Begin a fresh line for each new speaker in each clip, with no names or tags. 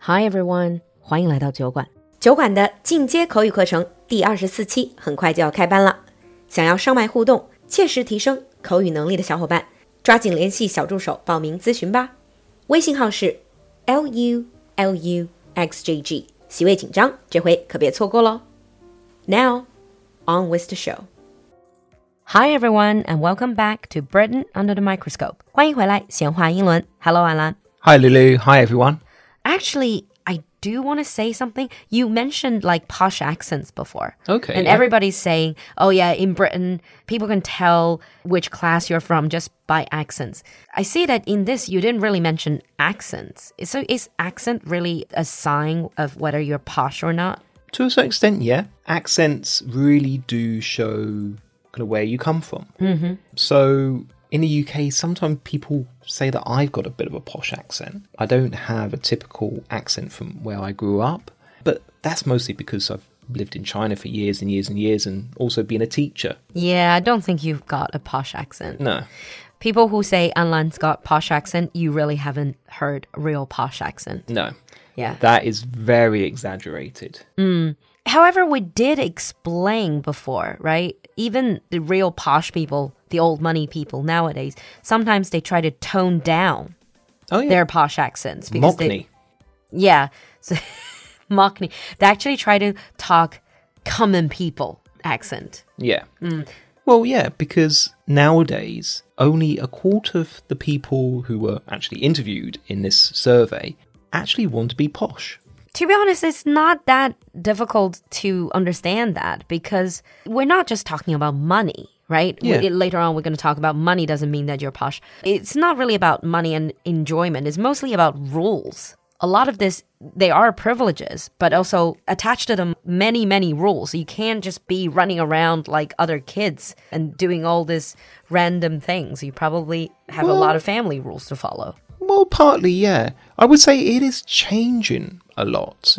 Hi everyone，欢迎来到酒馆。
酒馆的进阶口语课程第二十四期很快就要开班了，想要上麦互动、切实提升口语能力的小伙伴，抓紧联系小助手报名咨询吧。微信号是 l u l u x j g，席位紧张，这回可别错过喽。Now on with the show。
Hi everyone and welcome back to Britain under the microscope。欢迎回来，闲话英伦。Hello，安兰。
Hi, Lulu. Hi, everyone.
Actually, I do want to say something. You mentioned like posh accents before.
Okay,
And
yeah.
everybody's saying, oh, yeah, in Britain, people can tell which class you're from just by accents. I see that in this, you didn't really mention accents. So is accent really a sign of whether you're posh or not?
To a certain extent, yeah. Accents really do show kind of where you come from. Mm-hmm. So in the UK, sometimes people say that I've got a bit of a posh accent. I don't have a typical accent from where I grew up, but that's mostly because I've lived in China for years and years and years and also been a teacher.
Yeah, I don't think you've got a posh accent.
No.
People who say Anlan's got posh accent, you really haven't heard real posh accent.
No.
Yeah.
That is very exaggerated.
However, we did explain before, right? Even the real posh people, the old money people nowadays, sometimes they try to tone down
Oh yeah.
their posh accents because they
Mockney.
yeah, so, mockney. They actually try to talk common people accent.
Yeah. Well, yeah, because nowadays only a quarter of the people who were actually interviewed in this survey actually want to be posh.
To be honest, it's not that difficult to understand that because we're not just talking about money, right? We-
Yeah.
later on, we're going to talk about money doesn't mean that you're posh. It's not really about money and enjoyment, it's mostly about rules. A lot of this, they are privileges, but also attached to them many, many rules. You can't just be running around like other kids and doing all this random things. You probably have a lot of family rules to follow.
Well, partly, yeah. I would say it is changing a lot.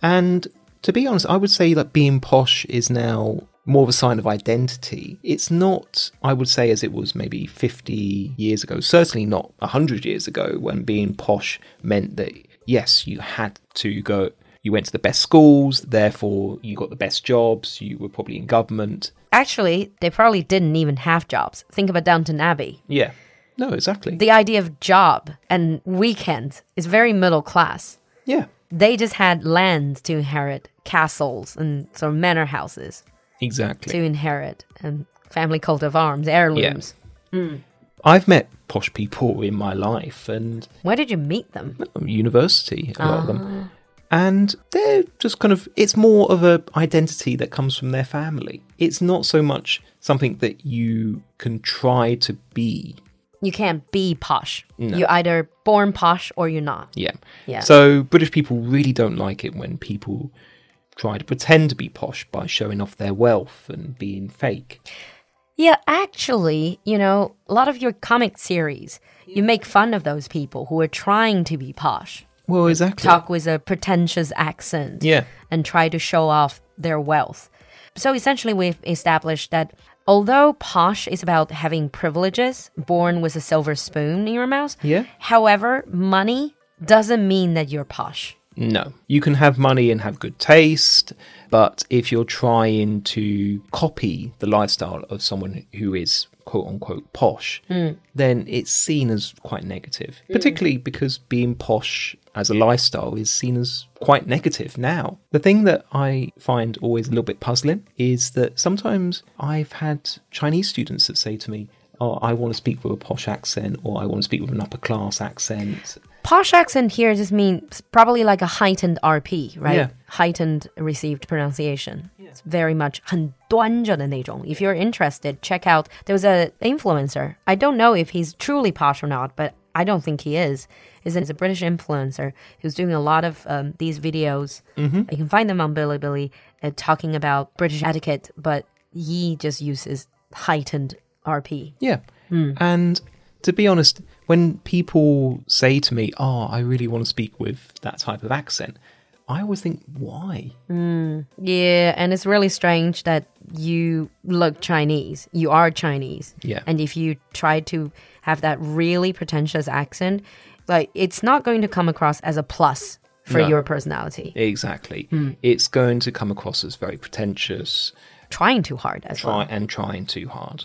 And to be honest, I would say that being posh is now more of a sign of identity. It's not, I would say, as it was maybe 50 years ago, certainly not 100 years ago, when being posh meant that, yes, you had to go, you went to the best schools, therefore you got the best jobs, you were probably in government.
Actually, they probably didn't even have jobs. Think about Downton Abbey.
Yeah. No, exactly.
The idea of job and weekend is very middle class.
yeah.
They just had lands to inherit, castles and sort of manor houses
Exactly.
to inherit, and family coat of arms, heirlooms.
I've met posh people in my life and
Where did you meet them?
university, a lot of them. And they're just kind of, it's more of a identity that comes from their family. It's not so much something that you can try to be.
You can't be posh. You're either born posh or you're not.
Yeah.
Yeah.
So British people really don't like it when people try to pretend to be posh by showing off their wealth and being fake.
Yeah, actually, you know, a lot of your comic series, you make fun of those people who are trying to be posh.
Well, exactly.
talk with a pretentious accent
Yeah.
and try to show off their wealth. So essentially, we've established that although posh is about having privileges, born with a silver spoon in your mouth,
Yeah.
however, money doesn't mean that you're posh.
No. You can have money and have good taste, but if you're trying to copy the lifestyle of someone who is quote unquote posh, then it's seen as quite negative, particularly because being posh as a lifestyle is seen as quite negative now. The thing that I find always a little bit puzzling is that sometimes I've had Chinese students that say to me, Oh, I want to speak with a posh accent, or I want to speak with an upper class accent.
Posh accent here just means probably like a heightened RP, right?
Yeah.
Heightened received pronunciation. It's very much 很端着的那种. If you're interested, check out. There was a influencer. I don't know if he's truly posh or not, but I don't think he is. Is a British influencer who's doing a lot of um, these videos. You can find them on Bilibili uh, talking about British etiquette, but he just uses heightened RP.
Yeah. And to be honest, when people say to me, Oh, I really want to speak with that type of accent, I always think, Why?
Yeah, and it's really strange that you look Chinese. You are Chinese.
Yeah.
And if you try to have that really pretentious accent, like it's not going to come across as a plus for
No.
your personality.
Exactly. It's going to come across as very pretentious
Trying too hard as well.
try, and trying too hard.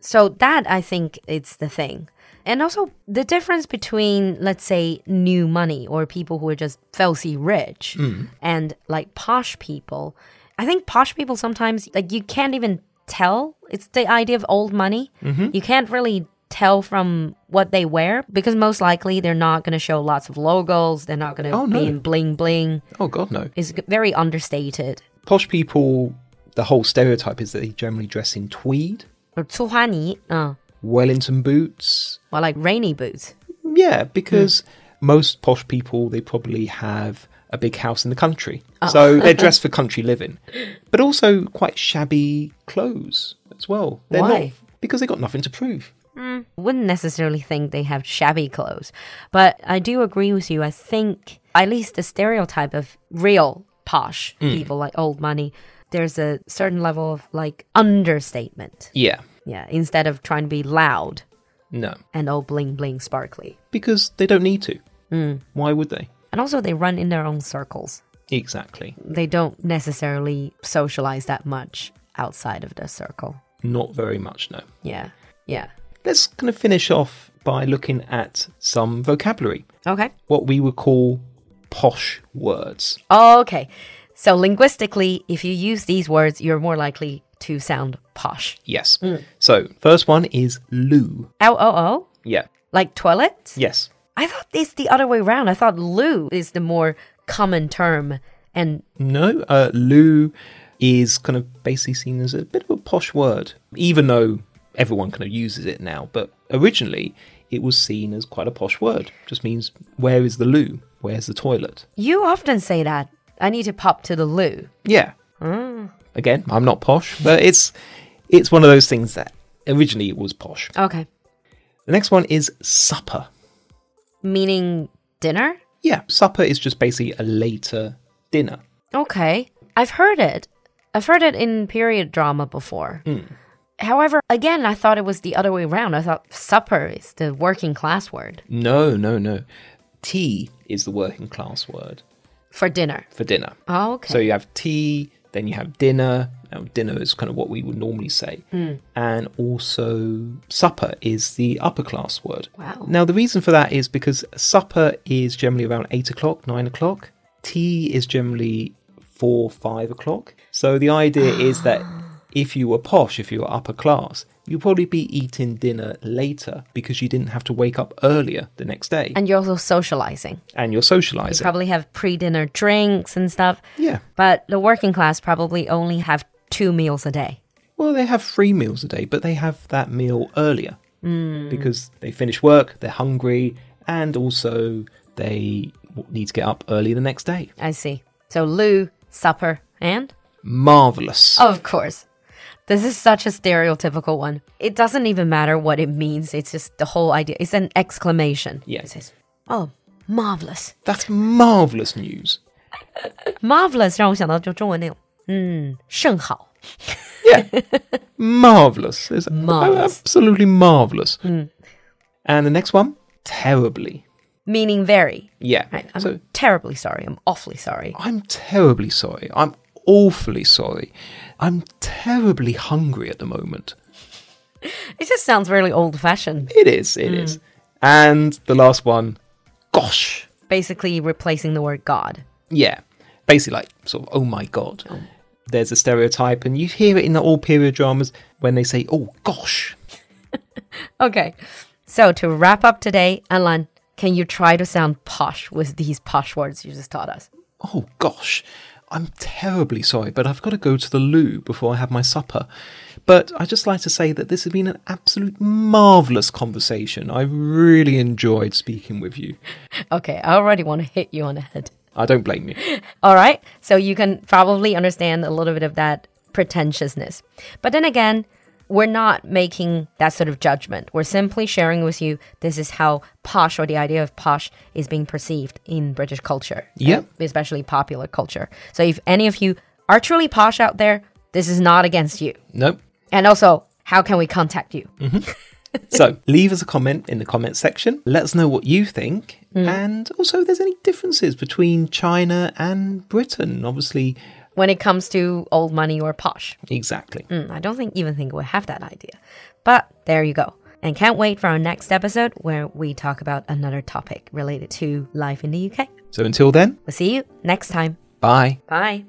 So that I think it's the thing. And also the difference between let's say new money or people who are just filthy rich
Mm.
and like posh people. I think posh people sometimes like you can't even tell. It's the idea of old money.
Mm-hmm.
You can't really tell from what they wear because most likely they're not going to show lots of logos, they're not going to
Oh,
be
no.
in bling bling.
Oh, God, no.
It's g- very understated.
Posh people, the whole stereotype is that they generally dress in tweed,
Or 粗花泥, uh,
Wellington boots.
or like rainy boots.
Yeah, because most posh people, they probably have a big house in the country. So they're dressed for country living, but also quite shabby clothes as well. They're
Why?
Not, because they got nothing to prove.
wouldn't necessarily think they have shabby clothes, but I do agree with you. I think at least the stereotype of real posh people like old money, there's a certain level of like understatement.
Yeah,
Yeah, instead of trying to be loud
no,
and all bling bling sparkly.
because they don't need to. Why would they?
And also they run in their own circles.
Exactly.
They don't necessarily socialize that much outside of the circle.
Not very much, no.
Yeah. Yeah.
Let's kind of finish off by looking at some vocabulary,
Okay.
what we would call posh words.
Okay. So linguistically, if you use these words, you're more likely to sound posh.
Yes. So, first one is loo.
L O O?
Yeah.
Like toilet?
Yes.
I thought it's the other way around. I thought loo is the more common term. And
No, uh, loo is kind of basically seen as a bit of a posh word, even though everyone kind of uses it now. But originally, it was seen as quite a posh word. Just means where is the loo? Where's the toilet?
you often say that. I need to pop to the loo.
Yeah. Again, I'm not posh, but it's it's one of those things that originally it was posh.
Okay.
The next one is supper.
Meaning dinner?
Yeah, supper is just basically a later dinner.
Okay. I've heard it. I've heard it in period drama before. However, again, I thought it was the other way around. I thought supper is the working class word
No, no, no. Tea is the working class word
for dinner.
for dinner.
Oh, okay.
So you have tea, then you have dinner. Now, dinner is kind of what we would normally say.
Hmm.
And also, supper is the upper class word.
Wow.
Now, the reason for that is because supper is generally around eight o'clock, nine o'clock. Tea is generally four, five o'clock. So the idea is that if you were posh, if you were upper class, you'd probably be eating dinner later because you didn't have to wake up earlier the next day and,
and you're also socializing.
you're
You
socializing.
probably have pre dinner drinks and stuff.
yeah.
But the working class probably only have two meals a day.
Well, they have three meals a day, but they have that meal earlier
Hmm.
because they finish work, they're hungry, and also they w- need to get up early the next day.
I see. So loo, supper, and
Marvelous.
of course. This is such a stereotypical one. It doesn't even matter what it means. It's just the whole idea. It's an exclamation.
Yeah.
It says, oh, marvelous.
That's marvelous news.
Marvelous 让我想到就中文那种，嗯，甚好。
Yeah. marvelous. It's
Marvellous. Hmm.
Absolutely marvelous. And the next one, terribly.
Meaning very.
Yeah.
Right. I'm
So
terribly sorry. I'm awfully sorry.
I'm terribly sorry. I'm awfully sorry. I'm terribly hungry at the moment.
It just sounds really old fashioned.
It is. It is. And the last one, gosh.
Basically replacing the word God.
Yeah. Basically, like, sort of, oh my God. There's a stereotype, and you hear it in all period dramas when they say, oh gosh.
Okay. So to wrap up today, Alan, can you try to sound posh with these posh words you just taught us?
Oh gosh. I'm terribly sorry, but I've got to go to the loo before I have my supper. But I'd just like to say that this has been an absolute marvellous conversation. I really enjoyed speaking with you.
Okay, I already want to hit you on the head.
I don't blame you.
All right. So you can probably understand a little bit of that pretentiousness. But then again, we're not making that sort of judgment. We're simply sharing with you this is how posh or the idea of posh is being perceived in British culture.
Yeah.
and Especially popular culture. So if any of you are truly posh out there, this is not against you.
Nope.
And also, how can we contact you?
so leave us a comment in the comment section. Let us know what you think. And also, if there's any differences between China and Britain, obviously.
when it comes to old money or posh.
Exactly.
Mm, I don't think even think we have that idea. But there you go. And can't wait for our next episode where we talk about another topic related to life in the UK.
So until then,
We'll see you next time.
bye.
Bye.